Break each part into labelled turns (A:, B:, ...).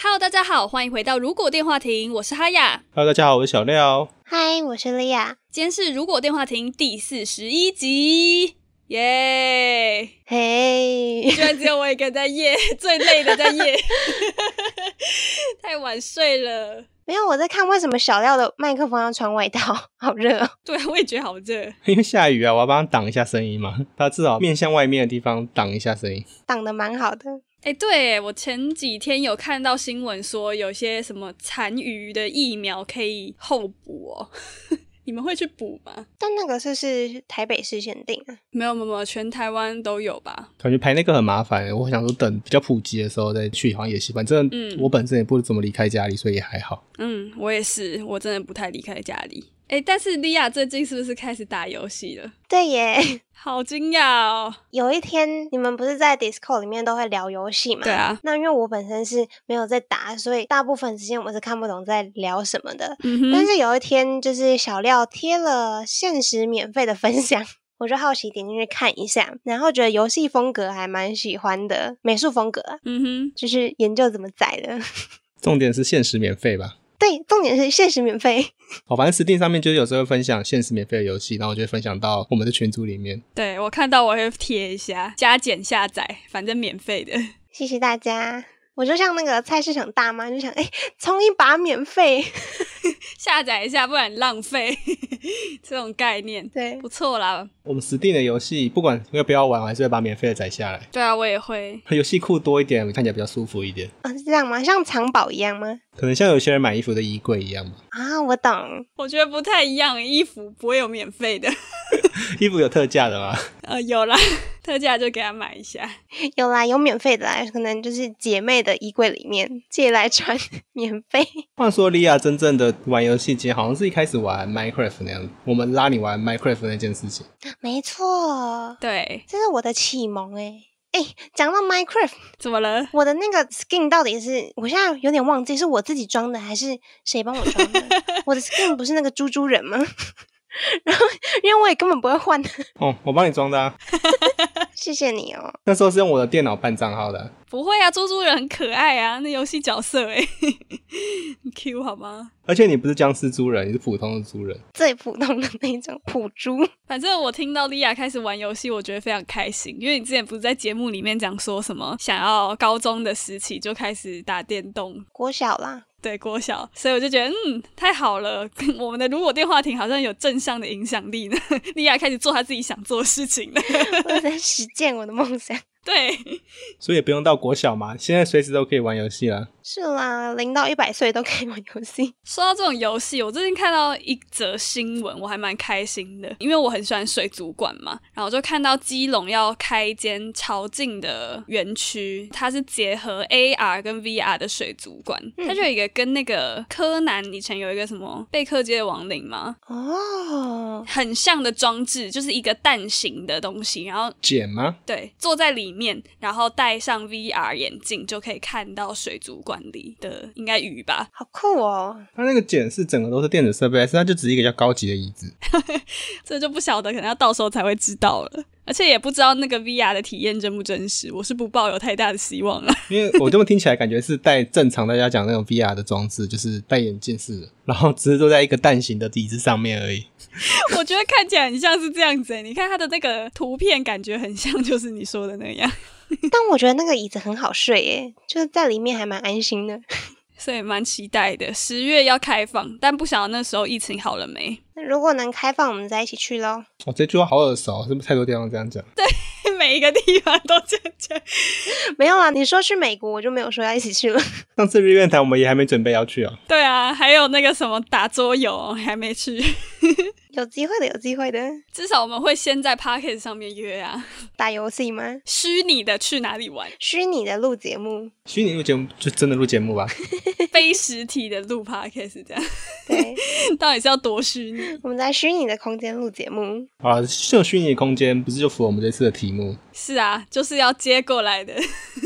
A: Hello，大家好，欢迎回到《如果电话亭》，我是哈雅。
B: Hello，大家好，我是小廖。
C: 嗨，我是莉亚。
A: 今天是《如果电话亭》第四十一集，耶、
C: 嘿、
A: 居然只有我一个人在夜，最累的在夜， 太晚睡了。
C: 没有我在看为什么小廖的麦克风要穿外套， 好热、哦。
A: 对啊，我也觉得好热。
B: 因为下雨啊，我要帮他挡一下声音嘛，他至少面向外面的地方挡一下声音。
C: 挡的蛮好的。
A: 哎，对我前几天有看到新闻说，有些什么残余的疫苗可以候补哦，你们会去补吗？
C: 但那个是是台北市限定啊，
A: 没有没有没有，全台湾都有吧？
B: 感觉排那个很麻烦，欸我想说等比较普及的时候再去，好像也行。反正
A: 嗯
B: 我本身也不怎么离开家里，所以也还好。
A: 嗯，我也是，我真的不太离开家里。哎，但是莉亚最近是不是开始打游戏了？
C: 对耶。
A: 好惊讶哦！
C: 有一天，你们不是在 Discord 里面都会聊游戏嘛？
A: 对啊，
C: 那因为我本身是没有在打，所以大部分时间我是看不懂在聊什么的。
A: 嗯
C: 但
A: 哼，
C: 是有一天，就是小廖贴了限时免费的分享，我就好奇点进去看一下，然后觉得游戏风格还蛮喜欢的，美术风格啊
A: 嗯哼，
C: 就是研究怎么宰的。
B: 重点是限时免费吧？
C: 对，重点是限时免费。
B: 好，反正 Steam 上面就是有时候会分享限时免费的游戏，然后我就会分享到我们的群组里面。
A: 对我看到我会贴一下，加减下载，反正免费的。
C: 谢谢大家。我就像那个菜市场大妈，就想哎，冲一把免费，
A: 下载一下，不然浪费 这种概念，
C: 对
A: 不错啦。
B: 我们 Steam 的游戏不管要不要玩，我还是会把免费的载下来。
A: 对啊，我也会。
B: 游戏库多一点，看起来比较舒服一点。
C: 啊、是这样吗？像藏宝一样吗？
B: 可能像有些人买衣服的衣柜一样吧，
C: 啊，我懂，
A: 我觉得不太一样，衣服不会有免费的。
B: 衣服有特价的吗？
A: 呃，有啦，特价就给他买一下。
C: 有啦，有免费的啦，可能就是姐妹的衣柜里面借来穿， 免费。
B: 话说，莉亚真正的玩游戏机，好像是一开始玩 Minecraft 那样，我们拉你玩 Minecraft 那件事情。
C: 没错，
A: 对，
C: 这是我的启蒙诶、欸。哎、讲到 Minecraft，
A: 怎么了？
C: 我的那个 skin 到底是我现在有点忘记是我自己装的还是谁帮我装的？我的 skin 不是那个猪猪人吗？ 然后，因为我也根本不会换，
B: 哦，我帮你装的、啊，
C: 谢谢你哦。
B: 那时候是用我的电脑办账号的。
A: 不会啊，猪猪人很可爱啊，那游戏角色哎、很 Q 好吗？
B: 而且你不是僵尸猪人，你是普通的猪人。
C: 最普通的那种普猪，
A: 反正我听到莉亚开始玩游戏，我觉得非常开心，因为你之前不是在节目里面讲说什么想要高中的时期就开始打电动，
C: 国小啦，
A: 对国小，所以我就觉得嗯太好了， 我们的如果电话亭好像有正向的影响力呢， 莉亚开始做她自己想做的事情了，
C: 我在实践我的梦想。
A: 对，
B: 所以也不用到国小嘛，现在随时都可以玩游戏啦。
C: 是啦，零到一百岁都可以玩游戏。
A: 说到这种游戏，我最近看到一则新闻，我还蛮开心的，因为我很喜欢水族馆嘛，然后我就看到基隆要开一间潮境的园区，它是结合 AR 跟 VR 的水族馆，
C: 嗯
A: 它就有一个跟那个柯南以前有一个什么贝克街的亡灵嘛，
C: 哦，
A: 很像的装置，就是一个蛋形的东西，然后
B: 剪吗？
A: 对坐在里面，然后戴上 VR 眼镜就可以看到水族馆里的应该鱼吧，
C: 好酷哦！
B: 它那个剪是整个都是电子设备，还是它就只是一个比较高级的椅子？
A: 这就不晓得，可能要到时候才会知道了。而且也不知道那个 VR 的体验真不真实，我是不抱有太大的希望了。
B: 因为我这么听起来感觉是戴正常大家讲那种 VR 的装置，就是戴眼镜式的，然后只是坐在一个蛋形的椅子上面而已。
A: 我觉得看起来很像是这样子欸，你看它的那个图片，感觉很像就是你说的那样，
C: 但我觉得那个椅子很好睡耶，就是在里面还蛮安 心的。
A: 所以蛮期待的。十月要开放，但不晓得那时候疫情好了没。
C: 那如果能开放，我们再一起 去喽。
B: 哦，这句话好耳熟，是不是太多地方这样讲？
A: 每一个地方都这样讲，
C: 没有啦，你说去美国，我就没有说要一起去了。
B: 上次日月潭我们也还没准备要去哦。
A: 对啊，还有那个什么打桌游还没去，
D: 有机会的，有机会的，
A: 至少我们会先在 p o c k e t 上面约啊，
D: 打游戏吗？
A: 虚拟的去哪里玩，
D: 虚拟的录节目，
B: 虚拟录节目就真的录节目吧，
A: 非实体的录 p o c k e t 这样，
D: 对，
A: 到底是要多虚拟？
D: 我们在虚拟的空间录节目，
B: 啊，这种虚拟空间不是就符合我们这次的题目，
A: 是啊，就是要接过来的。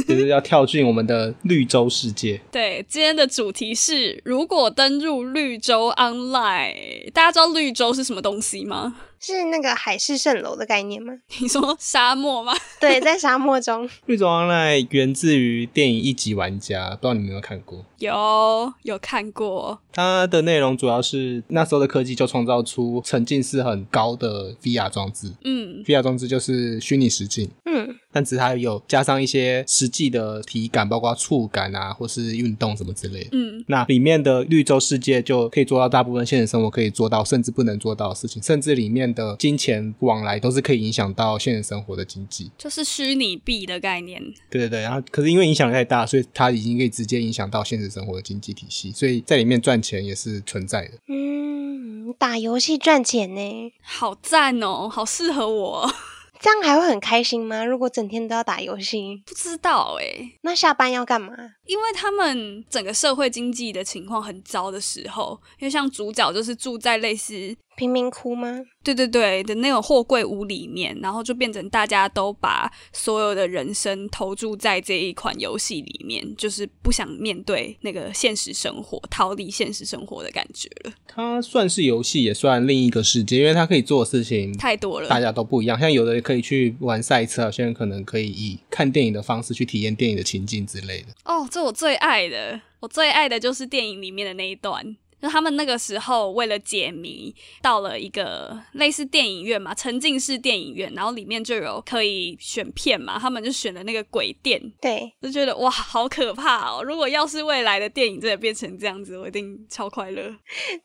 B: 就是要跳进我们的绿洲世界。
A: 对，今天的主题是如果登入绿洲 online，大家知道绿洲是什么东西吗？
D: 是那个海市蜃楼的概念吗？
A: 你说沙漠吗？
D: 对，在沙漠中，
B: 绿洲 online 源自于电影《一级玩家》，不知道你们有没有看过？
A: 有有看过，
B: 它的内容主要是那时候的科技就创造出沉浸式很高的 VR 装置
A: 嗯，
B: ，VR 装置就是虚拟实境，
D: 嗯，
B: 但只是它有加上一些实际的体感，包括触感啊，或是运动什么之类的。
A: 嗯，
B: 那里面的绿洲世界就可以做到大部分现实生活可以做到，甚至不能做到的事情，甚至里面的金钱往来都是可以影响到现实生活的经济。
A: 就是虚拟币的概念。
B: 对对对，然后可是因为影响太大，所以它已经可以直接影响到现实生活的经济体系，所以在里面赚钱也是存在的。
D: 嗯，打游戏赚钱呢，
A: 好赞哦，好适合我 哦。
D: 这样还会很开心吗？如果整天都要打游戏，
A: 不知道哎、
D: 那下班要干嘛？
A: 因为他们整个社会经济的情况很糟的时候，因为像主角就是住在类似
D: 贫民窟吗？
A: 对对对的那种货柜屋里面，然后就变成大家都把所有的人生投注在这一款游戏里面，就是不想面对那个现实生活，逃离现实生活的感觉了，
B: 它算是游戏，也算另一个世界，因为它可以做的事情
A: 太多
B: 大
A: 了。
B: 家都不一样。像有的可以去玩赛车，有些人可能可以以看电影的方式去体验电影的情境之类的。
A: 哦，这我最爱的，我最爱的就是电影里面的那一段。就他们那个时候为了解谜，到了一个类似电影院嘛，沉浸式电影院，然后里面就有可以选片嘛，他们就选了那个鬼店，
D: 对，
A: 就觉得哇，好可怕哦！如果要是未来的电影真的变成这样子，我一定超快乐。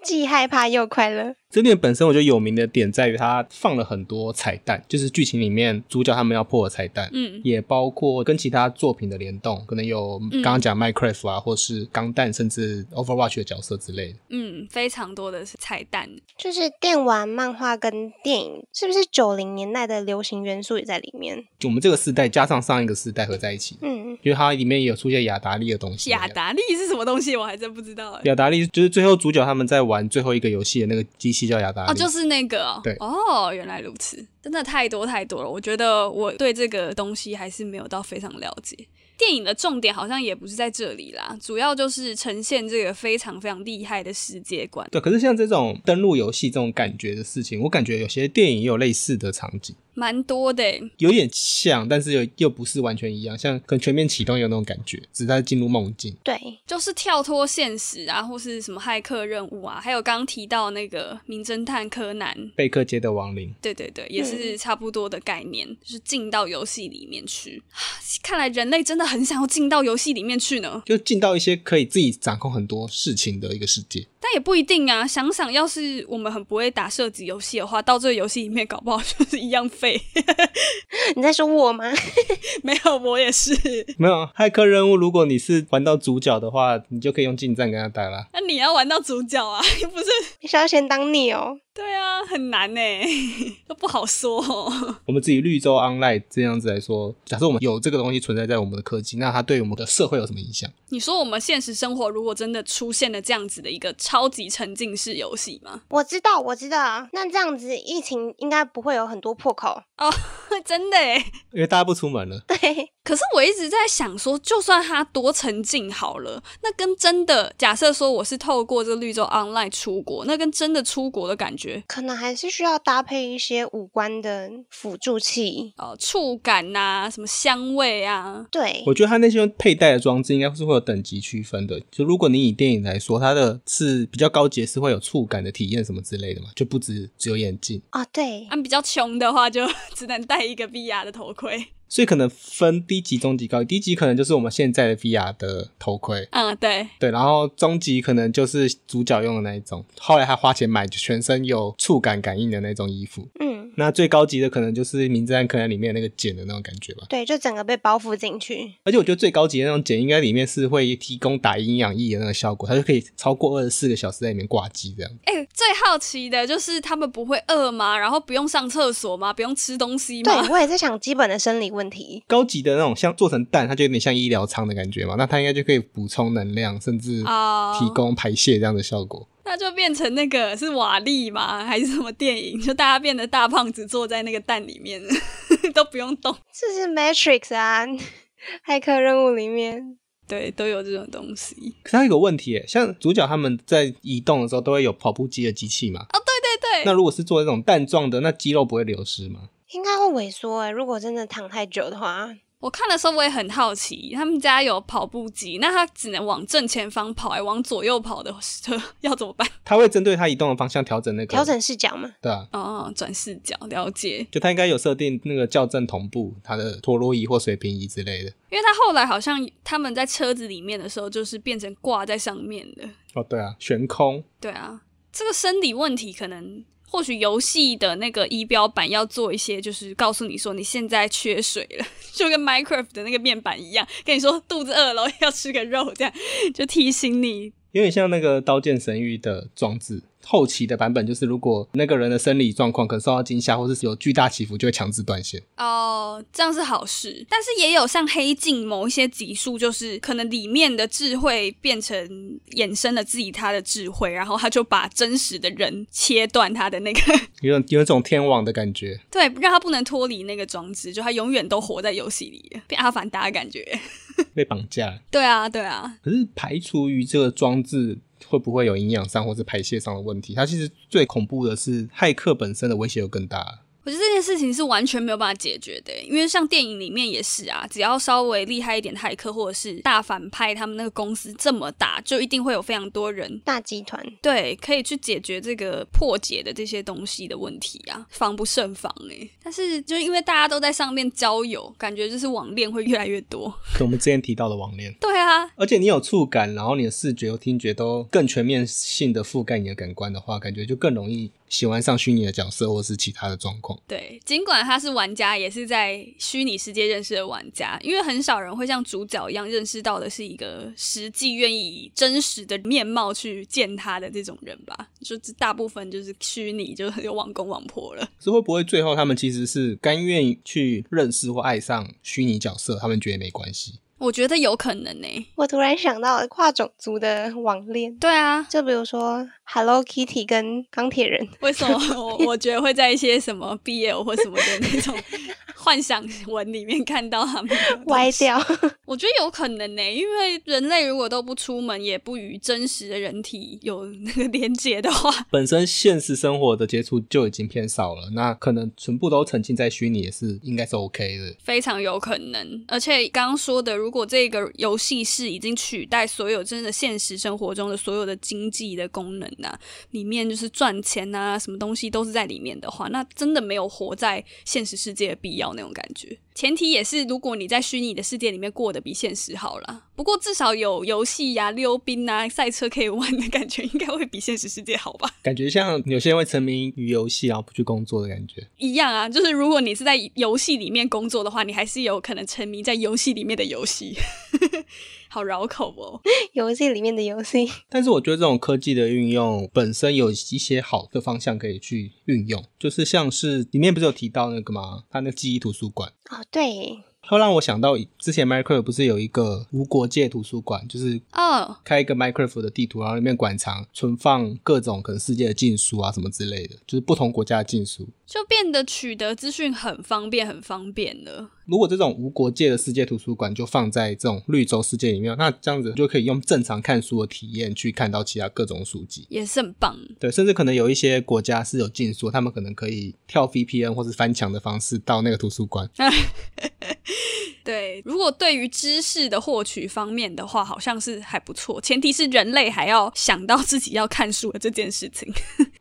D: 既害怕又快乐。
B: 这点本身我觉得有名的点在于它放了很多彩蛋，就是剧情里面主角他们要破的彩蛋。
A: 嗯，
B: 也包括跟其他作品的联动，可能有刚刚讲 Minecraft 啊，或是钢弹，甚至 Overwatch 的角色之类的。
A: 嗯，非常多的彩蛋，
D: 就是电玩、漫画跟电影，是不是九零年代的流行元素也在里面？
B: 就我们这个世代加上上一个世代合在一起，
D: 嗯，
B: 因为它里面也有出现雅达利的东西。
A: 雅达利是什么东西，我还真不知道哎。
B: 雅达利就是最后主角他们在玩最后一个游戏的那个机器叫雅达利。
A: 哦，就是那个哦
B: 对
A: 哦，原来如此，真的太多太多了。我觉得我对这个东西还是没有到非常了解。电影的重点好像也不是在这里啦，主要就是呈现这个非常非常厉害的世界观。
B: 对，可是像这种登录游戏这种感觉的事情，我感觉有些电影也有类似的场景，
A: 蛮多的欸，
B: 有点像，但是又又不是完全一样。像可能全面启动有那种感觉，只是它进入梦境。
D: 对，
A: 就是跳脱现实啊，或是什么骇客任务啊，还有刚刚提到那个《名侦探柯南》，
B: 贝克街的亡灵，
A: 对对对，也是差不多的概念，就是进到游戏里面去。啊看来人类真的很想要进到游戏里面去呢，
B: 就进到一些可以自己掌控很多事情的一个世界。
A: 但也不一定啊。想想，要是我们很不会打射击游戏的话，到这个游戏里面搞不好就是一样废。
D: 你在说我吗？
A: 没有，我也是。
B: 没有啊骇客任务，如果你是玩到主角的话，你就可以用近战跟他打啦。
A: 那你要玩到主角啊， 又不是？
D: 你哦是要先当 Neo？
A: 对啊，很难呢， 都不好说、哦。
B: 我们自己绿洲 online 这样子来说，假设我们有这个东西存在在我们的科技，那它对我们的社会有什么影响？
A: 你说我们现实生活如果真的出现了这样子的一个超级沉浸式游戏吗？
D: 我知道，我知道。啊那这样子，疫情应该不会有很多破口。
A: 哦， 真的诶。
B: 因为大家不出门了，
D: 对，
A: 可是我一直在想说，就算它多沉浸好了，那跟真的假设说我是透过这个绿洲 online 出国，那跟真的出国的感觉，
D: 可能还是需要搭配一些五官的辅助器。
A: 呃，触感呐、什么香味啊，
D: 对
B: 我，觉得它那些佩戴的装置应该是会有等级区分的。就如果你以电影来说，它的是比较高级，是会有触感的体验什么之类的嘛，就不只只有眼镜。
D: 哦，对，
A: 啊按比较穷的话，就 只能戴一个 VR 的头盔。
B: 所以可能分低级、中级、高级。低级可能就是我们现在的 VR 的头盔，
A: 嗯，对，
B: 对，然后终极可能就是主角用的那一种，后来他花钱买全身有触感感应的那种衣服。
D: 嗯，
B: 那最高级的可能就是《名侦探柯南》里面那个茧的那种感觉吧。
C: 对，就整个被包覆进去。
B: 而且我觉得最高级的那种茧，应该里面是会提供打营养液的那个效果，它就可以超过二十四个小时在里面挂机这样。
A: 哎、最好奇的就是他们不会饿吗？然后不用上厕所吗？不用吃东西
C: 对
A: 吗？
C: 我也在想基本的生理问题。
B: 高级的那种像做成蛋，它就有点像医疗舱的感觉嘛，那它应该就可以补充能量，甚至
A: 哦
B: 提供排泄这样的效果。
A: 那就变成那个是瓦力吗？还是什么电影？就大家变得大胖子坐在那个蛋里面， 都不用动。
C: 这是 Matrix 啊， 骇客任务里面
A: 对，都有这种东西。
B: 可是它有个问题耶，像主角他们在移动的时候都会有跑步机的机器嘛，
A: 哦，对对
B: 那
A: 对，
B: 如果是做那种蛋状的，那肌肉不会流失吗？
C: 应该会萎缩哎、如果真的躺太久的话，
A: 我看的时候我也很好奇，他们家有跑步机，那他只能往正前方跑，还往左右跑的时候 要怎么办？
B: 它会针对它移动的方向调整那个
C: 调整视角嘛。
B: 对啊，
A: 哦，转视角，了解。
B: 就它应该有设定那个校正同步它的陀螺仪或水平仪之类的。
A: 因为他后来好像他们在车子里面的时候，就是变成挂在上面的。
B: 哦，对啊，悬空
A: 对啊，这个生理问题可能或许游戏的那个仪表板要做一些，就是告诉你说你现在缺水了， 就跟 Minecraft 的那个面板一样，跟你说肚子饿了 要吃个肉，这样就提醒你。
B: 有点像那个《刀剑神域》的装置。后期的版本就是，如果那个人的生理状况可能受到惊吓，或是有巨大起伏，就会强制断线。
A: 哦，这样是好事，但是也有像黑镜某一些集数，就是可能里面的智慧变成衍生了自己他的智慧，然后他就把真实的人切断他的那个
B: 有种有一种天网的感觉。
A: 对，让他不能脱离那个装置，就他永远都活在游戏里，变阿凡达的感觉。
B: 被绑架了。
A: 对啊，对啊，
B: 可是排除于这个装置会不会有营养上或是排泄上的问题？它其实最恐怖的是骇客本身的威胁又更大。
A: 我觉得这件事情是完全没有办法解决的，欸因为像电影里面也是啊，只要稍微厉害一点的骇客或者是大反派，他们那个公司这么大，就一定会有非常多人。
C: 大集团
A: 对，可以去解决这个破解的这些东西的问题啊，防不胜防哎、但是就因为大家都在上面交友，感觉就是网恋会越来越多。
B: 跟我们之前提到的网恋，
A: 对啊，
B: 而且你有触感，然后你的视觉和听觉都更全面性的覆盖你的感官的话，感觉就更容易喜欢上虚拟的角色或是其他的状况。
A: 对，尽管他是玩家，也是在虚拟世界认识的玩家，因为很少人会像主角一样认识到的是一个实际愿意以真实的面貌去见他的这种人吧，就是大部分就是虚拟，就是有网公网婆了。
B: 是会不会最后他们其实是甘愿去认识或爱上虚拟角色，他们觉得没关系？
A: 我觉得有可能欸呢、
C: 我突然想到了跨种族的网恋，
A: 对啊，
C: 就比如说 Hello Kitty 跟钢铁 人，
A: 为什么我我觉得会在一些什么 BL 或什么的那种幻想文里面看到他们的东西
C: 歪掉。
A: 我觉得有可能呢、因为人类如果都不出门，也不与真实的人体有那个连接的话，
B: 本身现实生活的接触就已经偏少了，那可能全部都沉浸在虚拟也是应该是 OK 的。
A: 非常有可能。而且刚刚说的，如果这个游戏是已经取代所有真的现实生活中的所有的经济的功能啊，里面就是赚钱啊，什么东西都是在里面的话，那真的没有活在现实世界的必要那种感觉。前提也是，如果你在虚拟的世界里面过得比现实好啦，不过至少有游戏呀、溜冰啊、赛车可以玩的感觉，应该会比现实世界好吧？
B: 感觉像有些人会沉迷于游戏，然后不去工作的感觉。
A: 一样啊，就是如果你是在游戏里面工作的话，你还是有可能沉迷在游戏里面的游戏， 好绕口哦。
C: 游戏里面的游戏，
B: 但是我觉得这种科技的运用本身有一些好的方向可以去运用，就是像是里面不是有提到那个吗？它那个记忆图书馆，
C: 哦，对，
B: 它让我想到之前 Minecraft 不是有一个无国界图书馆，就是
A: 哦，
B: 开一个 Minecraft 的地图，然后里面馆藏存放各种可能世界的禁书啊什么之类的，就是不同国家的禁书。
A: 就变得取得资讯很方便，很方便了。
B: 如果这种无国界的世界图书馆就放在这种绿洲世界里面，那这样子就可以用正常看书的体验去看到其他各种书籍。
A: 也是很棒，
B: 对，甚至可能有一些国家是有禁书，他们可能可以跳 VPN 或是翻墙的方式到那个图书馆。
A: 对。如果对于知识的获取方面的话，好像是还不错，前提是人类还要想到自己要看书的这件事 情。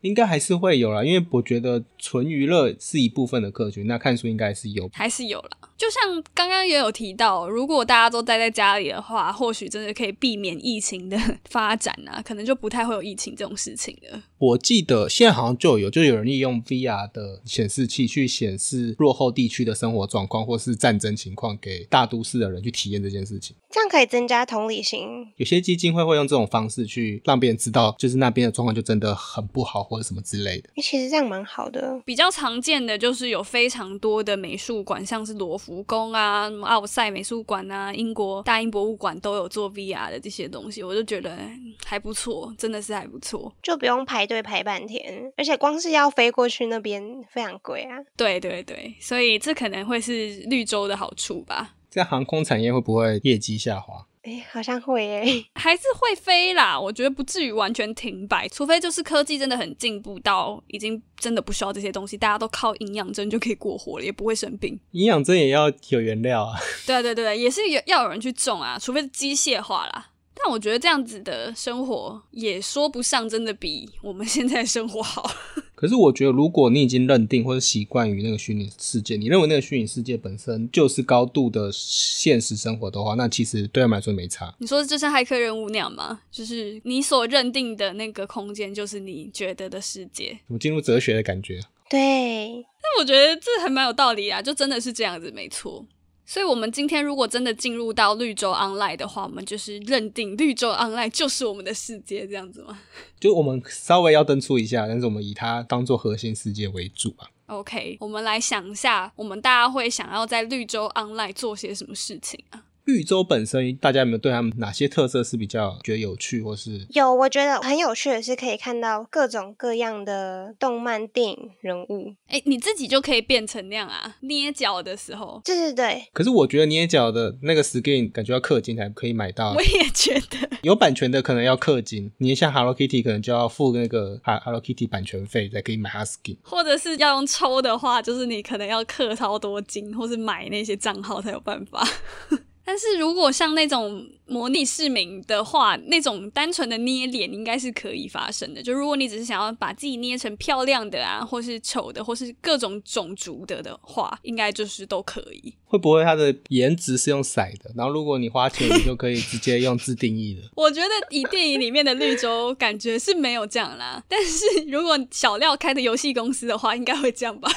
B: 应该还是会有啦，因为我觉得纯娱乐是一部分的客群，那看书应该还是有。
A: 还是有啦。就像刚刚也有提到，如果大家都待在家里的话，或许真的可以避免疫情的发展啊，可能就不太会有疫情这种事情了。
B: 我记得现在好像就有，就有人利用 VR 的显示器去显示落后地区的生活状况或是战争情况，给大都市的人去体验这件事情。
C: 这样可以增加同理心。
B: 有些基金会会用这种方式去让别人知道，就是那边的状况就真的很不好，或者什么之类的。
C: 诶其实这样蛮好的，
A: 比较常见的就是有非常多的美术馆，像是罗浮宫啊、什么奥赛美术馆啊、英国大英博物馆都有做 VR 的这些东西，我就觉得嗯还不错，真的是还不错。
C: 就不用排队排半天，而且光是要飞过去那边非常贵啊。
A: 对对对，所以这可能会是绿洲的好处吧。
B: 在航空产业会不会业绩下滑？
C: 哎，好像会欸耶，
A: 还是会飞啦，我觉得不至于完全停摆，除非就是科技真的很进步到已经真的不需要这些东西，大家都靠营养针就可以过活了，也不会生病。
B: 营养针也要有原料啊。
A: 对对对，也是有要有人去种啊，除非是机械化啦。但我觉得这样子的生活也说不上真的比我们现在生活好。
B: 可是我觉得，如果你已经认定或者习惯于那个虚拟世界，你认为那个虚拟世界本身就是高度的现实生活的话，那其实对他们来说没差。
A: 你说就像骇客任务那样吗？就是你所认定的那个空间，就是你觉得的世界。
B: 怎么进入哲学的感觉？
C: 对，
A: 但我觉得这还蛮有道理啊，就真的是这样子，没错。所以，我们今天如果真的进入到绿洲 online 的话，我们就是认定绿洲 online 就是我们的世界，这样子吗
B: 就我们稍微要登出一下，但是我们以它当做核心世界为主啊。
A: ？OK，我们来想一下，我们大家会想要在绿洲 online 做些什么事情啊？
B: 绿洲本身，大家有没有对他们哪些特色是比较觉得有趣，或是
C: 有我觉得很有趣的是，可以看到各种各样的动漫电影人物，
A: 哎、你自己就可以变成那样啊！捏脚的时候，
C: 对对对，
B: 可是我觉得捏脚的那个 skin 感觉要氪金才可以买到啊
A: 我，也觉得，
B: 有版权的可能要氪金。你像 Hello Kitty 可能就要付那个 Hello Kitty 版权费才可以买它 skin。
A: 或者是要用抽的话，就是你可能要氪超多金，或是买那些账号才有办法。 但是如果像那种模拟市民的话，那种单纯的捏脸应该是可以发生的。就如果你只是想要把自己捏成漂亮的啊，或是丑的，或是各种种族的的话，应该就是都可以。
B: 会不会它的颜值是用骰的？然后如果你花钱，你就可以直接用自定义的。
A: 我觉得以电影里面的绿洲，感觉是没有这样啦。但是如果小廖开的游戏公司的话，应该会这样吧？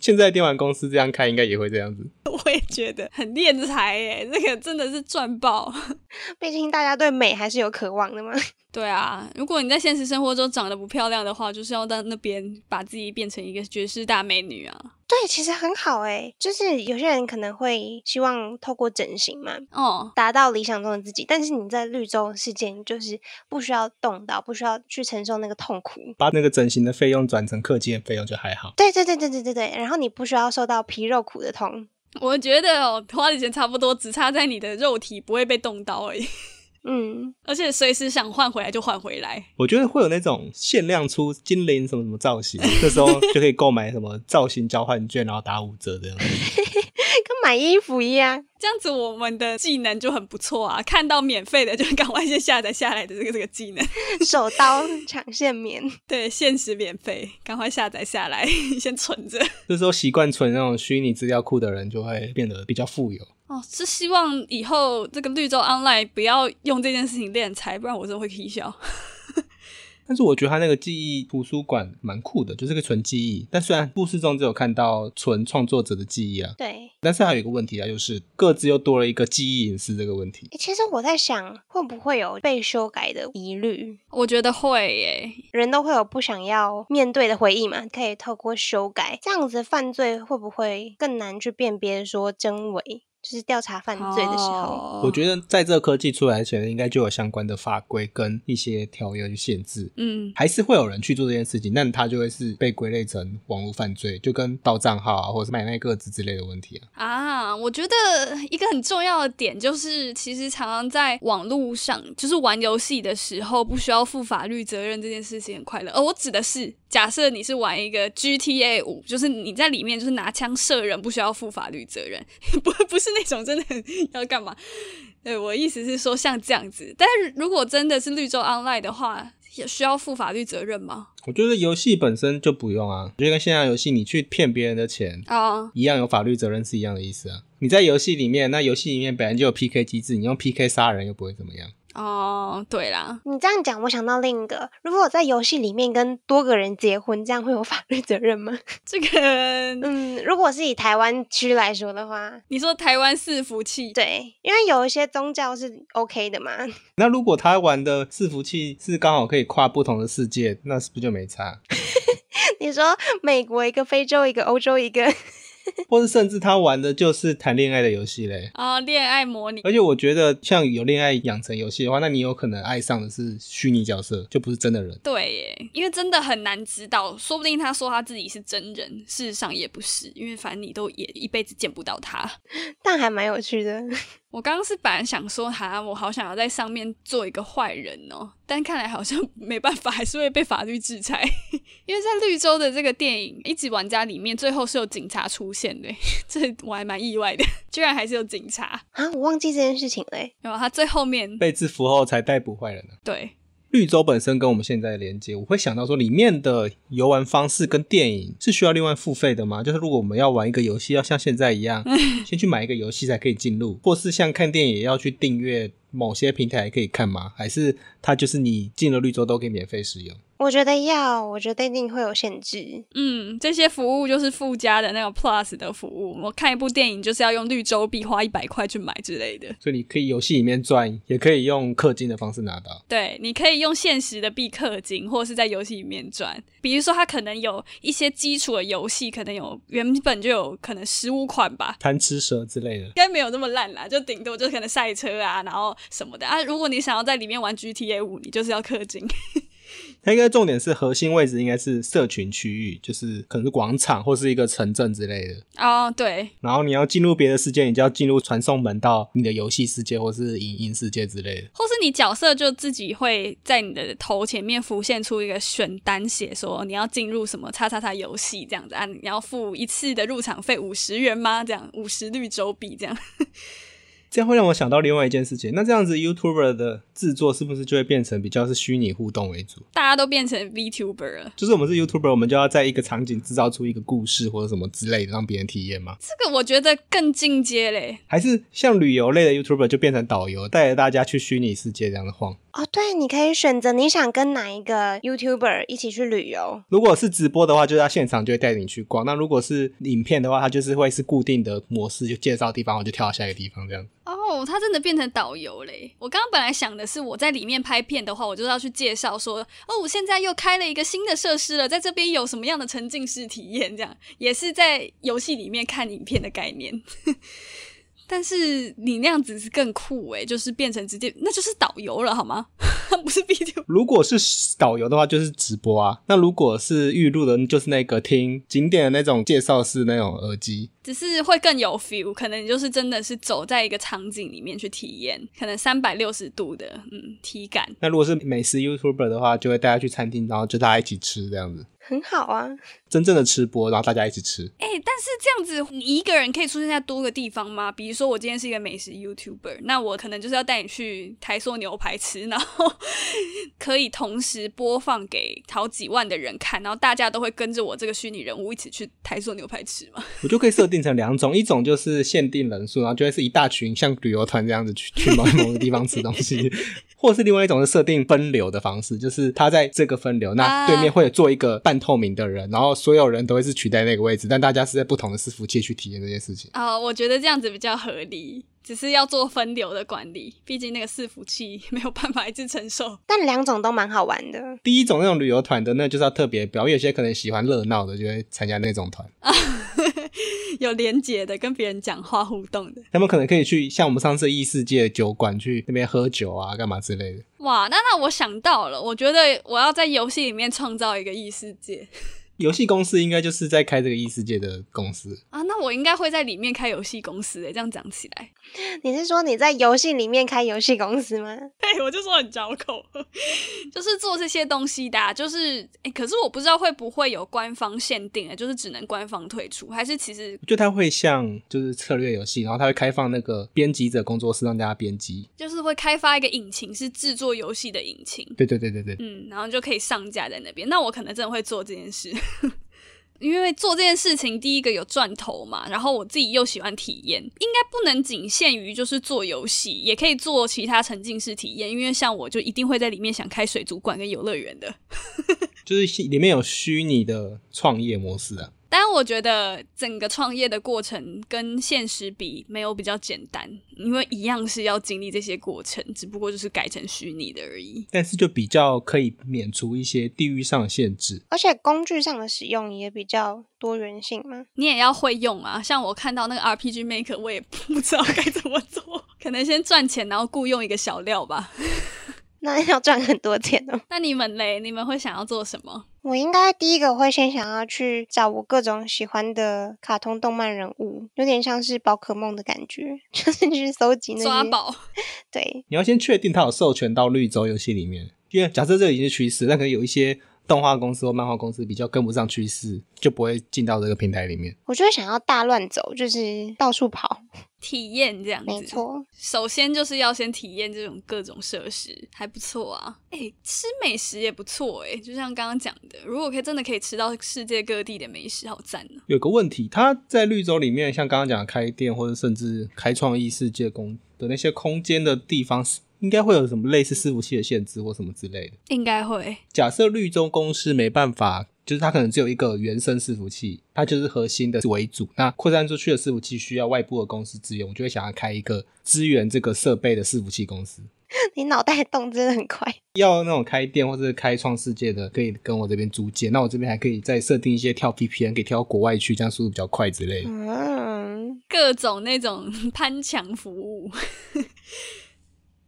B: 现在电玩公司这样开，应该也会这样子。
A: 我也觉得很敛财耶，欸这个真的是赚爆。
C: 毕竟大家对美还是有渴望的嘛。
A: 对啊，如果你在现实生活中长得不漂亮的话，就是要到那边把自己变成一个绝世大美女啊。
C: 对，其实很好诶，就是有些人可能会希望透过整形嘛，
A: 哦，
C: 达到理想中的自己，但是你在绿洲世界，你就是不需要动刀，不需要去承受那个痛苦。
B: 把那个整形的费用转成氪金的费用就还好。
C: 对对对对对对对，然后你不需要受到皮肉苦的痛。
A: 我觉得哦，花的钱差不多，只差在你的肉体不会被动刀而已，
C: 嗯，
A: 而且随时想换回来就换回来。
B: 我觉得会有那种限量出精灵什么什么造型，这时候就可以购买什么造型交换券，然后打五折这样。
C: 跟买衣服一样。
A: 这样子我们的技能就很不错啊！看到免费的就赶快先下载下来的这个这个技能，
C: 手刀抢线棉，
A: 对，限时免费，赶快下载下来， 先存着。
B: 这时候习惯存那种虚拟资料库的人就会变得比较富有。
A: 哦，是希望以后这个绿洲 online 不要用这件事情敛财，不然我真的会踢笑。
B: 但是我觉得他那个记忆图书馆蛮酷的，就是个纯记忆。但虽然故事中只有看到纯创作者的记忆啊，
C: 对。
B: 但是还有一个问题啊，就是各自又多了一个记忆隐私这个问题。
C: 诶其实我在想，会不会有被修改的疑虑？
A: 我觉得会耶，
C: 人都会有不想要面对的回忆嘛，可以透过修改，这样子犯罪会不会更难去辨别说真伪？就是调查犯罪的时候，
A: 哦
B: 我觉得在这个科技出来前，应该就有相关的法规跟一些条约去限制。
A: 嗯，
B: 还是会有人去做这件事情，但他就会是被归类成网络犯罪，就跟盗账号啊，或者是买卖个资之类的问题啊。
A: 啊，我觉得一个很重要的点就是，其实常常在网络上，就是玩游戏的时候，不需要负法律责任这件事情很快乐。而、我指的是，假设你是玩一个 GTA 五，就是你在里面就是拿枪射人，不需要负法律责任， 不不是那种真的很要干嘛。对，我的意思是说像这样子，但是如果真的是绿洲 online 的话。也需要负法律责任吗？
B: 我觉得游戏本身就不用啊，就跟线上游戏你去骗别人的钱
A: 啊、
B: 一样，有法律责任是一样的意思啊。你在游戏里面，那游戏里面本来就有 PK 机制，你用 PK 杀人又不会怎么样。
A: 哦，对啦，
C: 你这样讲，我想到另一个，如果我在游戏里面跟多个人结婚，这样会有法律责任吗？
A: 这个
C: 嗯，如果是以台湾区来说的话，
A: 你说台湾伺服器，
C: 对，因为有一些宗教是 OK 的嘛，
B: 那如果他玩的伺服器是刚好可以跨不同的世界，那是不是就没差？
C: 你说美国一个、非洲一个、欧洲一个，
B: 或是甚至他玩的就是谈恋爱的游戏嘞？
A: 啊、恋爱模拟
B: 而且我觉得，像有恋爱养成游戏的话，那你有可能爱上的是虚拟角色，就不是真的人。
A: 对耶，因为真的很难知道，说不定他说他自己是真人，事实上也不是，因为反正你都也一辈子见不到他。
C: 但还蛮有趣的。
A: 我刚刚是本来想说，哈，我好想要在上面做一个坏人哦，但看来好像 没办法，还是会被法律制裁。 因为在绿洲的这个电影《一级玩家》里面，最后是有警察出现的， 这我还蛮意外的，居然还是有警察。
C: 啊，我忘记这件事情欸嘞、
A: 然后他最后面
B: 被制服后才逮捕坏人、啊。
A: 对
B: 绿洲本身跟我们现在的连接，我会想到说，里面的游玩方式跟电影是需要另外付费的吗？就是如果我们要玩一个游戏，要像现在一样，先去买一个游戏才可以进入，或是像看电影也要去订阅某些平台可以看吗？还是它就是你进了绿洲都可以免费使用？
C: 我觉得要，我觉得一定会有限制。
A: 嗯，这些服务就是附加的那个 Plus 的服务。我看一部电影就是要用绿洲币花一百块去买之类的。
B: 所以你可以游戏里面赚，也可以用氪金的方式拿到。
A: 对，你可以用现实的币氪金，或者是在游戏里面赚。比如说，它可能有一些基础的游戏，可能有原本就有可能十五款吧，
B: 贪吃蛇之类的
A: 应，该没有那么烂啦，就顶多就可能赛车啊，然后什么的啊。如果你想要在里面玩 GTA 五，你就是要氪金。
B: 它应该重点是核心位置应该是社群区域，就是可能是广场或是一个城镇之类的。
A: 哦对，
B: 然后你要进入别的世界，你就要进入传送门到你的游戏世界或是影音世界之类的。
A: 或是你角色就自己会在你的头前面浮现出一个选单，写说你要进入什么叉叉叉游戏这样子啊，你要付一次的入场费五十元吗？这样五十绿洲币这样。
B: 这样会让我想到另外一件事情，那这样子 YouTuber 的制作是不是就会变成比较是虚拟互动为主？
A: 大家都变成 VTuber 了，
B: 就是我们是 YouTuber，我们就要在一个场景制造出一个故事或者什么之类的，让别人体验吗？
A: 这个我觉得更进阶嘞。
B: 还是像旅游类的 YouTuber 就变成导游，带着大家去虚拟世界这样的晃？
C: 哦，对，你可以选择你想跟哪一个 YouTuber 一起去旅游。
B: 如果是直播的话，就是他现场就会带你去逛；那如果是影片的话，它就是会是固定的模式，就介绍地方，我就跳到下一个地方这样。
A: 哦，他真的变成导游嘞！我刚刚本来想的是，我在里面拍片的话，我就是要去介绍说，哦，我现在又开了一个新的设施了，在这边有什么样的沉浸式体验，这样也是在游戏里面看影片的概念。 但是你那样子是更酷诶，就是变成直接那就是导游了好吗？ 不是 B 就
B: 如果是导游的话，就是直播啊；那如果是预录的，就是那个听景点的那种介绍式那种耳机。
A: 只是会更有 feel，可能你就是真的是走在一个场景里面去体验，可能三百六十度的嗯体感。
B: 那如果是美食 YouTuber 的话，就会带他去餐厅，然后就大家一起吃这样子，
C: 很好啊，
B: 真正的吃播，然后大家一起吃。
A: 哎、但是这样子，你一个人可以出现在多个地方吗？比如说，我今天是一个美食 YouTuber，那我可能就是要带你去台塑牛排吃， 然后可以同时播放给好几万的人看，然后大家都会跟着我这个虚拟人物一起去台塑牛排吃 嘛？
B: 我就可以设定成两种，一种就是限定人数，然后就会是一大群像旅游团这样子去去某某个地方吃东西，或者是另外一种是设定分流的方式，就是他在这个分流，那
A: 啊
B: 对面会有做一个半透明的人，然后所有人都会是取代那个位置，但大家是在不同的伺服器去体验这件事情。
A: 啊、我觉得这样子比较合理，只是要做分流的管理，毕竟那个伺服器没有办法一直承受。
C: 但两种都蛮好玩的。
B: 第一种那种旅游团的，那就是要特别表演，有些可能喜欢热闹的就会参加那种团，
A: 有连结的，跟别人讲话互动的。
B: 他们可能可以去像我们上次异世界酒馆去那边喝酒啊，干嘛之类的。
A: 哇，那那我想到了，我觉得我要在游戏里面创造一个异世界。
B: 游戏公司应该就是在开这个异世界的公司，
A: 啊，那我应该会在里面开游戏公司诶、欸这样讲起来，
C: 你是说你在游戏里面开游戏公司吗？
A: 嘿，我就说很嚼口， 就是做这些东西的啊、就是诶、可是我不知道会不会有官方限定诶、就是只能官方退出，还是其实
B: 我觉得它会像就是策略游戏，然后它会开放那个编辑者工作室让大家编辑。
A: 就是会开发一个引擎是制作游戏的引擎，
B: 对对对对对，
A: 嗯，然后就可以上架在那边。那我可能真的会做这件事， 因为做这件事情，第一个有赚头嘛，然后我自己又喜欢体验，应该不能仅限于就是做游戏，也可以做其他沉浸式体验。因为像我就一定会在里面想开水族馆跟游乐园的。
B: 就是里面有虚拟的创业模式啊。
A: 但我觉得整个创业的过程跟现实比没有比较简单，因为一样是要经历这些过程，只不过就是改成虚拟的而已。
B: 但是就比较可以免除一些地域上的限制。
C: 而且工具上的使用也比较多元性嘛。
A: 你也要会用啊。像我看到那个 RPG Maker，我也不知道该怎么做， 可能先赚钱，然后雇佣一个小料吧。
C: 那要赚很多钱哦。
A: 那你们嘞？你们会想要做什么？
C: 我应该第一个会先想要去找我各种喜欢的卡通动漫人物，有点像是宝可梦的感觉， 就是去搜集那些
A: 抓。宝？
C: 对，
B: 你要先确定它有授权到绿洲游戏里面，因为假设这已经是趋势，那可能有一些动画公司或漫画公司比较跟不上趋势，就不会进到这个平台里面。
C: 我就会想要大乱走，就是到处跑。
A: 体验这样子，
C: 没。错，
A: 首先就是要先体验这种各种设施，还不错啊。哎、吃美食也不错哎、就像刚刚讲的，如果可以真的可以吃到世界各地的美食，好赞啊呢、
B: 有个问题，它在绿洲里面，像刚刚讲的开店或者甚至开创异世界空的那些空间的地方，应该会有什么类似伺服器的限制或什么之类的。
A: 应该会，
B: 假设绿洲公司没办法，就是它可能只有一个原生伺服器，它就是核心的为主。那扩散出去的伺服器需要外部的公司支援，我就会想要开一个支援这个设备的伺服器公司。
C: 你脑袋动真的很快。
B: 要那种开店或者是开创世界的，可以跟我这边租借。那我这边还可以再设定一些跳 VPN，可以跳到国外去，这样速度比较快之类的。
C: 嗯，
A: 各种那种 攀墙服务，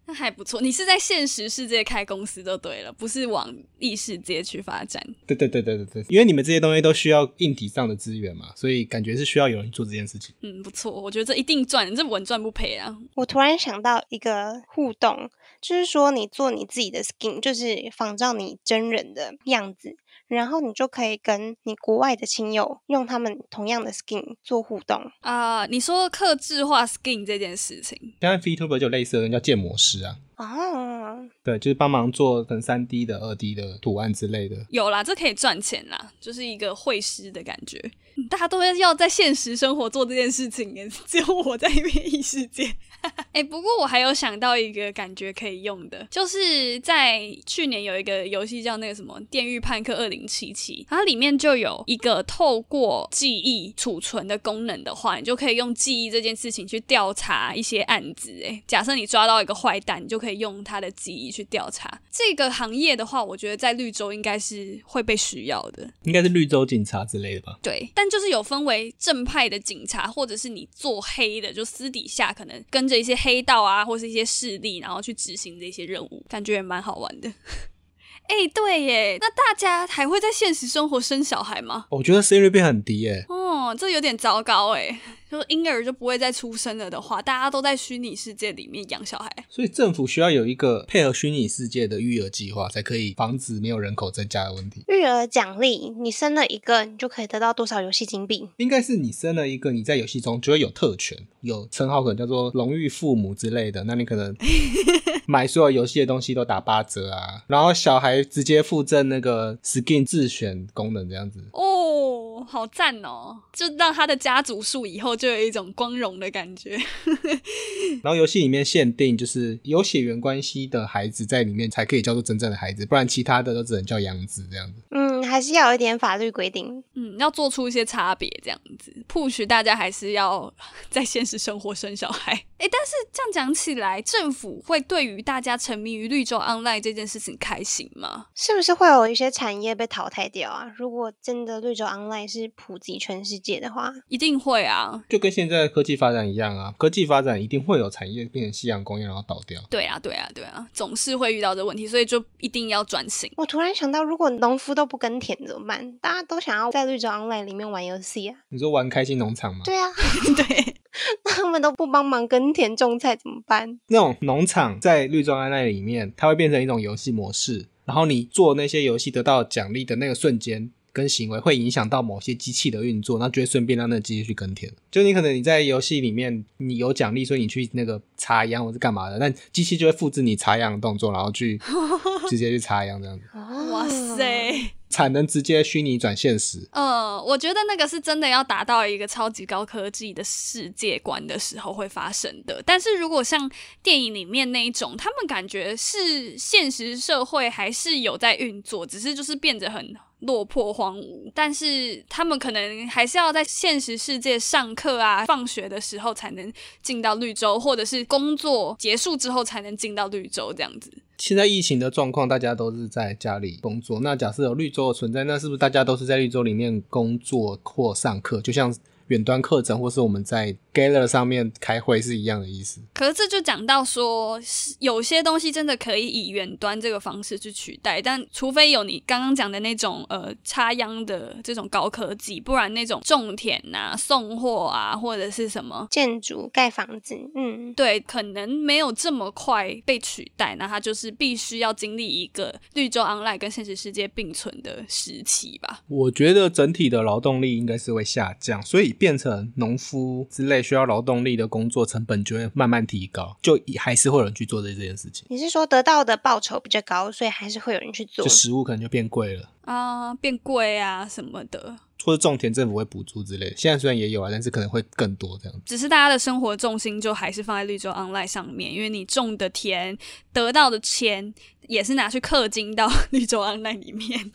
A: 那还不错。你是在现实世界开公司就对了，不是往异世界去发展。
B: 对对对对对对，因为你们这些东西都需要硬体上的资源嘛，所以感觉是需要有人做这件事情。
A: 嗯，不错，我觉得这一定赚，这稳赚不赔啊。
C: 我突然想到一个互动，就是说你做你自己的 skin，就是仿照你真人的样子，然后你就可以跟你国外的亲友用他们同样的 skin 做互动。
A: 啊、你说克制化 skin 这件事情，
B: 现在 VTuber 就有类似的人叫建模师啊，
C: 哦，
B: 对，就是帮忙做可能三 D 的、二 D 的图案之类的。
A: 有啦，这可以赚钱啦，就是一个会师的感觉。嗯大家都要在现实生活做这件事情耶，只有我在一边异世界。哎、不过我还有想到一个感觉可以用的，就是在去年有一个游戏叫那个什么《电狱判客二零七七》，它里面就有一个透过记忆储存的功能的话，你就可以用记忆这件事情去调查一些案子。哎，假设你抓到一个坏蛋，你就可以用他的记忆去调查。这个行业的话，我觉得在绿洲应该是会被需要的。
B: 应该是绿洲警察之类的吧？
A: 对，但就是有分为正派的警察，或者是你做黑的，就私底下可能跟着一些黑道啊，或是一些势力，然后去执行这些任务，感觉也蛮好 玩的。哎、对耶，那大家还会在现实生活生小孩吗？
B: 哦我觉得 Siri 变很低耶、
A: 哦，这有点糟糕哎。就是婴儿就不会再出生了的话，大家都在虚拟世界里面养小孩，
B: 所以政府需要有一个配合虚拟世界的育儿计划，才可以防止没有人口增加的问题。
C: 育儿奖励，你生了一个，你就可以得到多少游戏金币？
B: 应该是你生了一个，你在游戏中就会有特权，有称号，可能叫做荣誉父母之类的。那你可能买所有游戏的东西都打八折啊，然后小孩直接附赠那个 skin 自选功能这样子。
A: 哦，好赞哦！就让他的家族数以后就有一种光荣的感觉。
B: 然后游戏里面限定就是有血缘关系的孩子在里面才可以叫做真正的孩子，不然其他的都只能叫养子这样子。
C: 嗯，还是要有一点法律规定。
A: 嗯，要做出一些差别，这样子 push 大家还是要 在现实生活生小孩。诶，但是这样讲起来，政府会对于大家沉迷于绿洲 online 这件事情开心吗？
C: 是不是会有一些产业被淘汰掉啊？如果真的绿洲 online 是普及全世界的话，
A: 一定会啊。
B: 就跟现在科技发展一样啊，科技发展一定会有产业变成夕阳工业，然后倒掉。
A: 对啊，对啊，对啊，总是会遇到这个问题，所以就一定要转型。
C: 我突然想到，如果农夫都不耕田怎么办？大家都想要在绿洲 online 里面玩游戏啊？
B: 你说玩开心农场吗？
C: 对啊，
A: 对，
C: 他们都不帮忙耕田种菜怎么办？
B: 那种农场在绿洲安奈里面，它会变成一种游戏模式，然后你做那些游戏得到奖励的那个瞬间。跟行为会影响到某些机器的运作，那就会顺便让那个机器去耕田。就你可能你在游戏里面你有奖励，所以你去那个插秧或是干嘛的，但机器就会复制你插秧的动作，然后去直接去插秧这样子，
C: 啊
A: 哇
C: 哦
A: 塞，
B: 产能直接虚拟转现实。
A: 呃，我觉得那个是真的要达到一个超级高科技的世界观的时候会发生的。但是如果像电影里面那一种，他们感觉是现实社会还是有在运作，只是就是变得很落魄荒芜。但是他们可能还是要在现实世界上课啊、放学的时候才能进到绿洲，或者是工作结束之后才能进到绿洲这样子。
B: 现在疫情的状况，大家都是在家里工作。那假设有绿洲的存在，那是不是大家都是在绿洲里面工作或上课？就像远端课程或是我们在 Gather 上面开会是一样的意思。
A: 可是这就讲到说，是有些东西真的可以以远端这个方式去取代，但除非有你刚刚讲的那种呃插秧的这种高科技，不然那种种田呐、送货啊或者是什么，
C: 建筑盖房子，嗯，
A: 对，可能没有这么快被取代。那它就是必须要经历一个绿洲 online 跟现实世界并存的时期吧。
B: 我觉得整体的劳动力应该是会下降，所以变成农夫之类需要劳动力的工作成本就会慢慢提高，就还是会有人去做这件事情。
C: 你是说得到的报酬比较高，所以还是会有人去做
B: 就？食物可能就变贵了，
A: 啊、变贵啊什么的，
B: 或者种田政府会补助之类的。现在虽然也有啊，但是可能会更多这样。
A: 只是大家的生活重心就还是放在绿洲 online 上面，因为你种的田得到的钱也是拿去氪金到 绿洲 online 里面。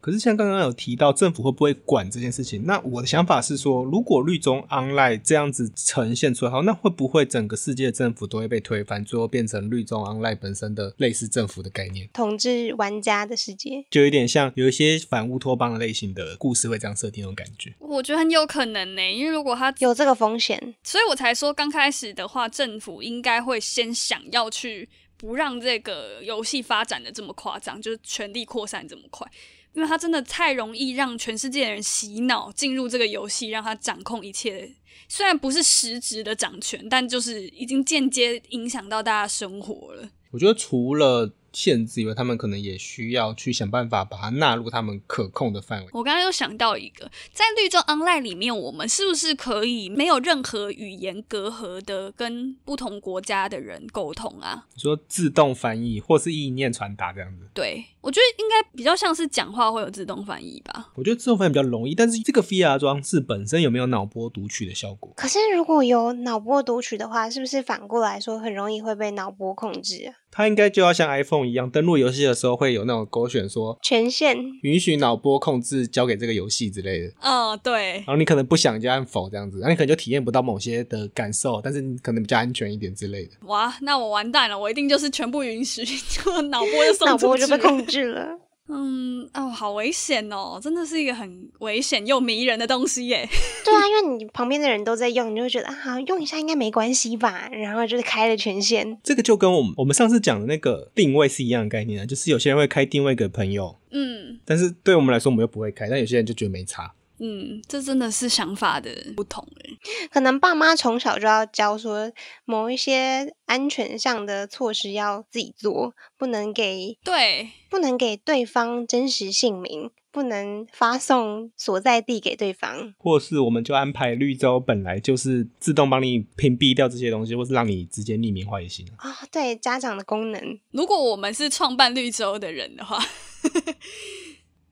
B: 可是像刚刚有提到，政府会不会管这件事情？那我的想法是说，如果绿中 online 这样子呈现出来后，那会不会整个世界政府都会被推翻，最后变成绿中 online 本身的类似政府的概念？
C: 统治玩家的世界，
B: 就有点像有一些反乌托邦的类型的故事会这样设定那种感觉。
A: 我觉得很有可能呢、因为如果他，
C: 有这个风险，
A: 所以我才说刚开始的话，政府应该会先想要去不让这个游戏发展的这么夸张，就是权力扩散这么快。因为它真的太容易让全世界的人洗脑进入这个游戏，让他掌控一切。虽然不是实质的掌权，但就是已经间接影响到大家的生活了。
B: 我觉得除了限制以外，他们可能也需要去想办法把它纳入他们可控的范围。
A: 我刚刚又想到一个，在绿洲 online 里面，我们是不是可以没有任何语言隔阂的跟不同国家的人沟通啊？
B: 你说自动翻译或是意念传达这样子，
A: 对，我觉得应该比较像是讲话会有自动翻译吧。
B: 我觉得自动翻译比较容易，但是这个 VR 装置本身有没有脑波读取的效果？
C: 可是如果有脑波读取的话，是不是反过来说很容易会被脑波控制啊？
B: 它应该就要像 iPhone 一样，登录游戏的时候会有那种勾选说
C: 权限
B: 允许脑波控制交给这个游戏之类的，
A: 嗯，对
B: 然，后你可能不想就按否这样子，那你可能就体验不到某些的感受，但是你可能比较安全一点之类的。
A: 哇，啊那我完蛋了，我一定就是全部允许， 就脑波就
C: 脑
A: 送出
C: 波
A: 去
C: 就
A: 了。
C: 被控制 了。
A: 嗯，哦，好危险哦，真的是一个很危险又迷人的东西耶。
C: 对啊，因为你旁边的人都在用，你就会觉得啊，用一下应该没关系吧，然后就是开了权限。
B: 这个就跟我们我们上次讲的那个定位是一样的概念啊，就是有些人会开定位给朋友，
A: 嗯
B: 但是对我们来说我们又不会开，但有些人就觉得没差。
A: 嗯，这真的是想法的不同耶
C: 可能爸妈从小就要教说，某一些安全上的措施要自己做，不能给
A: 对，
C: 不能给对方真实姓名，不能发送所在地给对方。
B: 或是我们就安排绿洲本来就是自动帮你屏蔽掉这些东西，或是让你直接匿名化也行啊。
C: 啊、对家长的功能，
A: 如果我们是创办绿洲的人的话，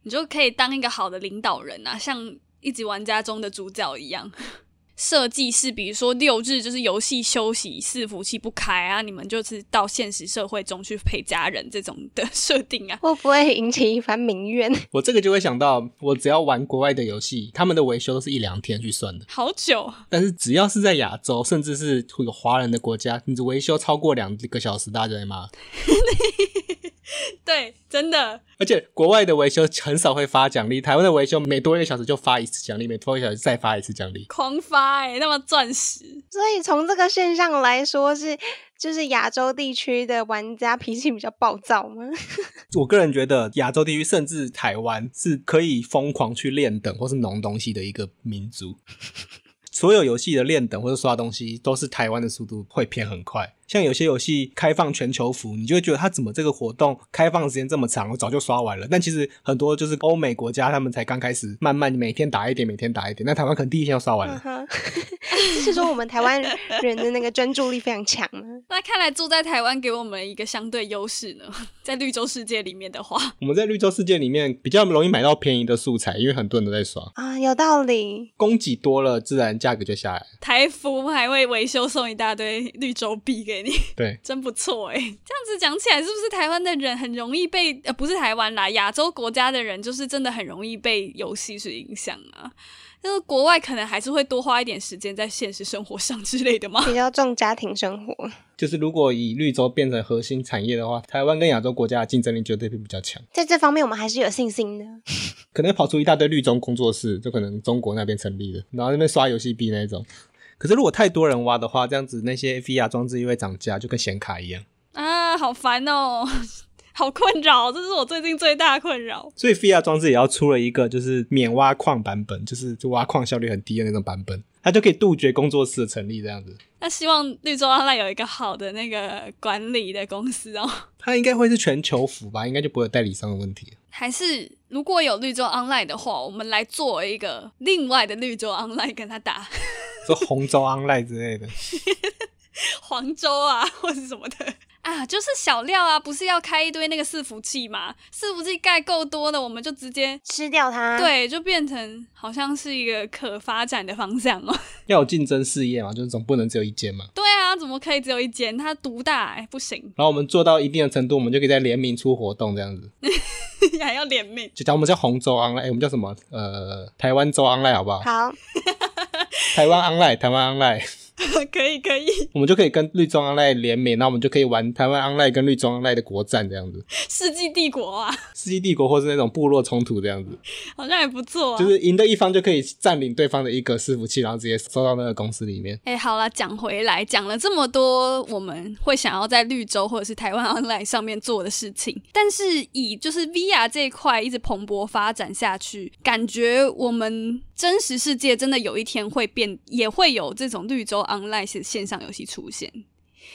A: 你就可以当一个好的领导人啊，像一级玩家中的主角一样。设计是，比如说六日就是游戏休息，伺服器不开啊，你们就是到现实社会中去陪家人这种的设定啊。
C: 会不会引起一番民怨？
B: 我这个就会想到，我只要玩国外的游戏，他们的维修都是一两天去算的。
A: 好久，
B: 但是只要是在亚洲，甚至是有华人的国家，你的维修超过两个小时，大家就会骂。
A: 对，真的，
B: 而且国外的维修很少会发奖励，台湾的维修每多一个小时就发一次奖励，每多一个小时再发一次奖励。
A: 狂发哎、那么钻石，
C: 所以从这个现象来说是，就是亚洲地区的玩家脾气比较暴躁吗？
B: 我个人觉得，亚洲地区甚至台湾是可以疯狂去练等或是弄东西的一个民族。所有游戏的练等或者刷东西，都是台湾的速度会偏很快。像有些游戏开放全球服，你就会觉得它怎么这个活动开放时间这么长，我早就刷完了。但其实很多就是欧美国家，他们才刚开始，慢慢每天打一点，每天打一点。那台湾可能第一天就刷完
C: 嗯
B: 了。
C: 哼，是说我们台湾人的那个专注力非常强吗？
A: 那看来住在台湾给我们一个相对优势呢， 在绿洲世界里面的话，
B: 我们在绿洲世界里面比较容易买到便宜的素材，因为很多人都在刷，
C: 啊，有道理。
B: 供给多了，自然价格就下来。
A: 台服还会维修送一大堆绿洲币给你。
B: 对，
A: 真不错哎、 这样子讲起来，是不是台湾的人很容易被呃，不是台湾啦，亚洲国家的人就是真的很容易被游戏所影响啊？就是国外可能还是会多花一点时间在现实生活上之类的吗？
C: 比较重家庭生活，
B: 就是如果以绿洲变成核心产业的话，台湾跟亚洲国家的竞争力绝对会比较强。
C: 在这方面我们还是有信心的。
B: 可能会跑出一大堆绿中工作室，就可能中国那边成立的，然后那边刷游戏币那一种。可是如果太多人挖的话，这样子那些 VR 装置又会涨价，就跟显卡一样。
A: 啊，好烦哦，好困扰，这是我最近最大的困扰。
B: 所以 VR 装置也要出了一个就是免挖矿版本，就是就挖矿效率很低的那种版本，它就可以杜绝工作室的成立这样子。
A: 那希望绿洲 online 有一个好的那个管理的公司哦。
B: 它应该会是全球服吧，应该就不会有代理商的问题。
A: 还是如果有绿洲 online 的话，我们来做一个另外的绿洲 online 跟他打
B: 说红州 online 之类的，
A: 黄州啊，或是什么的 啊，就是小料啊，不是要开一堆那个伺服器吗？伺服器盖够多的，我们就直接。
C: 吃掉它，，
A: 对，就变成好像是一个可发展的方向哦。
B: 要有竞争事业嘛，就是总不能只有一间嘛。
A: 对啊，怎么可以只有一间？它独大哎、不行，
B: 然后我们做到一定的程度，我们就可以再联名出活动这样子。
A: 还要脸面。
B: 就讲我们叫红州 online，、诶我们哎叫什么？呃，台湾州 online 好不好？
C: 好，
B: 台湾 online，台湾 online，
A: 可以可以，
B: 我们就可以跟绿洲 online 联名，那我们就可以玩台湾 online 跟绿洲 online 的国战这样子，
A: 世纪帝国啊，
B: 世纪帝国或是那种部落冲突这样子，
A: 好像也不错、啊。
B: 就是赢的一方就可以占领对方的一个伺服器，然后直接收到那个公司里面。
A: 哎、好啦，讲回来，讲了这么多，我们会想要在绿洲或者是台湾 online 上面做的事情，但是以就是 VR 这一块一直蓬勃发展下去，感觉我们真实世界真的有一天会变，也会有这种绿洲 online 线线上游戏出现。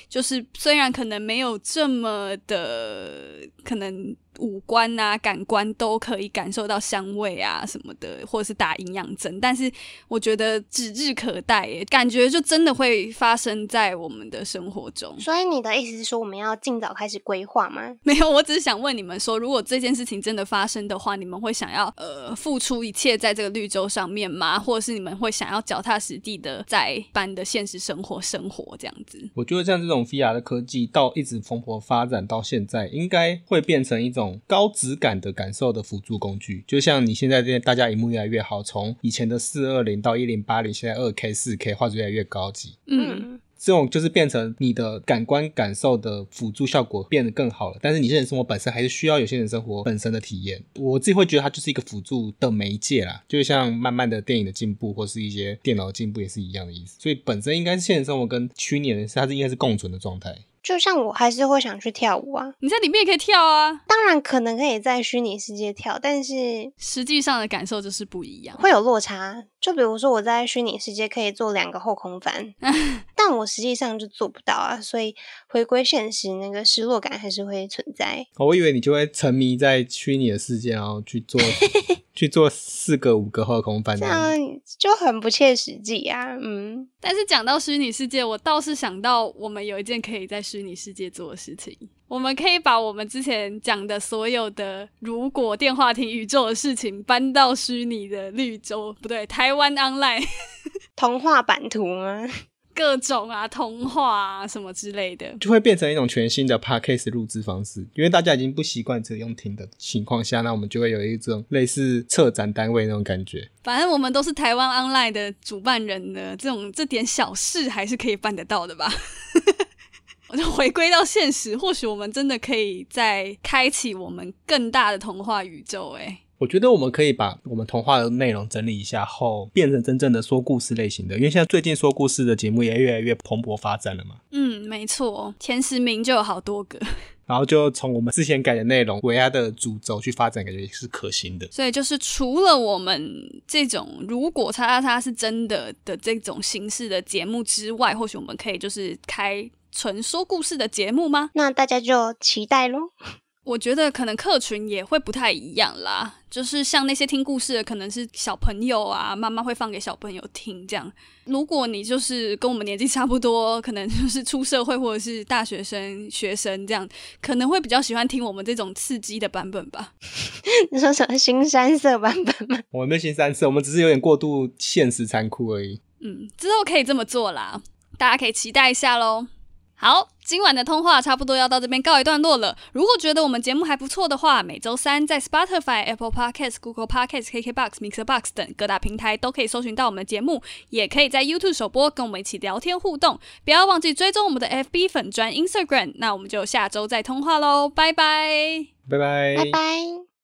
A: 就是虽然可能没有这么的，可能五官啊、感官都可以感受到香味啊什么的，或者是打营养针，但是我觉得指日可待耶，感觉就真的会发生在我们的生活中。
C: 所以你的意思是说我们要尽早开始规划吗？
A: 没有，我只是想问你们说，如果这件事情真的发生的话，你们会想要呃付出一切在这个绿洲上面吗？或者是你们会想要脚踏实地的在一般的现实生活生活这样子？
B: 我觉得像这种 VR 的科技到一直蓬勃发展到现在，应该会变成一种高质感的感受的辅助工具。就像你现在这些大家荧幕越来越好，从以前的四二零到一零八零，现在二 K、四 K 画质越来越高级。
A: 嗯，，
B: 这种就是变成你的感官感受的辅助效果变得更好了，但是你现实生活本身还是需要有些人生活本身的体验。我自己会觉得它就是一个辅助的媒介啦，就像慢慢的电影的进步或是一些电脑的进步也是一样的意思。所以本身应该是现实生活跟虚拟人它是应该是共存的状态。
C: 就像我还是会想去跳舞啊，
A: 你在里面也可以跳啊，
C: 当然可能可以在虚拟世界跳，但是
A: 实际上的感受就是不一样。
C: 会有落差。就比如说我在虚拟世界可以做两个后空翻， 但我实际上就做不到啊，所以回归现实，那个失落感还是会存在。
B: 哦我以为你就会沉迷在虚拟的世界，然后去做 去做四个五个后空翻
C: 这
B: 这样子。
C: 样就很不切实际啊，嗯，
A: 但是讲到虚拟世界，我倒是想到我们有一件可以在虚拟世界做的事情，我们可以把我们之前讲的所有的如果电话亭宇宙的事情搬到虚拟的绿洲，不对，台湾 online
C: 童话版图吗？
A: 各种啊，童话啊什么之类的。
B: 就会变成一种全新的 podcast 录制方式，因为大家已经不习惯只用听的情况下，那我们就会有一种类似策展单位那种感觉。
A: 反正我们都是台湾 online 的主办人的，这种这点小事还是可以办得到的吧。 我就回归到现实，或许我们真的可以再开启我们更大的童话宇宙、欸。哎，
B: 我觉得我们可以把我们童话的内容整理一下后，变成真正的说故事类型的，因为现在最近说故事的节目也越来越蓬勃发展了嘛。
A: 嗯，没错，前十名就有好多个，
B: 然后就从我们之前改的内容为它的主轴去发展，感觉是可行的。
A: 所以就是除了我们这种如果叉叉叉是真的的这种形式的节目之外，或许我们可以就是开纯说故事的节目吗？
C: 那大家就期待喽。
A: 我觉得可能客群也会不太一样啦，就是像那些听故事的，可能是小朋友啊，妈妈会放给小朋友听这样。如果你就是跟我们年纪差不多，可能就是出社会或者是大学生、学生这样，可能会比较喜欢听我们这种刺激的版本吧。
C: 你说什么新山色版本吗？
B: 我们没有新三次，我们只是有点过度现实残酷而已。
A: 嗯，之后可以这么做啦，大家可以期待一下喽。好，今晚的通话差不多要到这边告一段落了。如果觉得我们节目还不错的话，每周三在 Spotify、Apple Podcasts、Google Podcasts、KKBox、Mixer Box 等各大平台都可以搜寻到我们的节目，也可以在 YouTube 首播跟我们一起聊天互动。不要忘记追踪我们的 FB 粉专 Instagram。那我们就下周再通话喽，拜拜。
B: 拜拜。
C: 拜拜。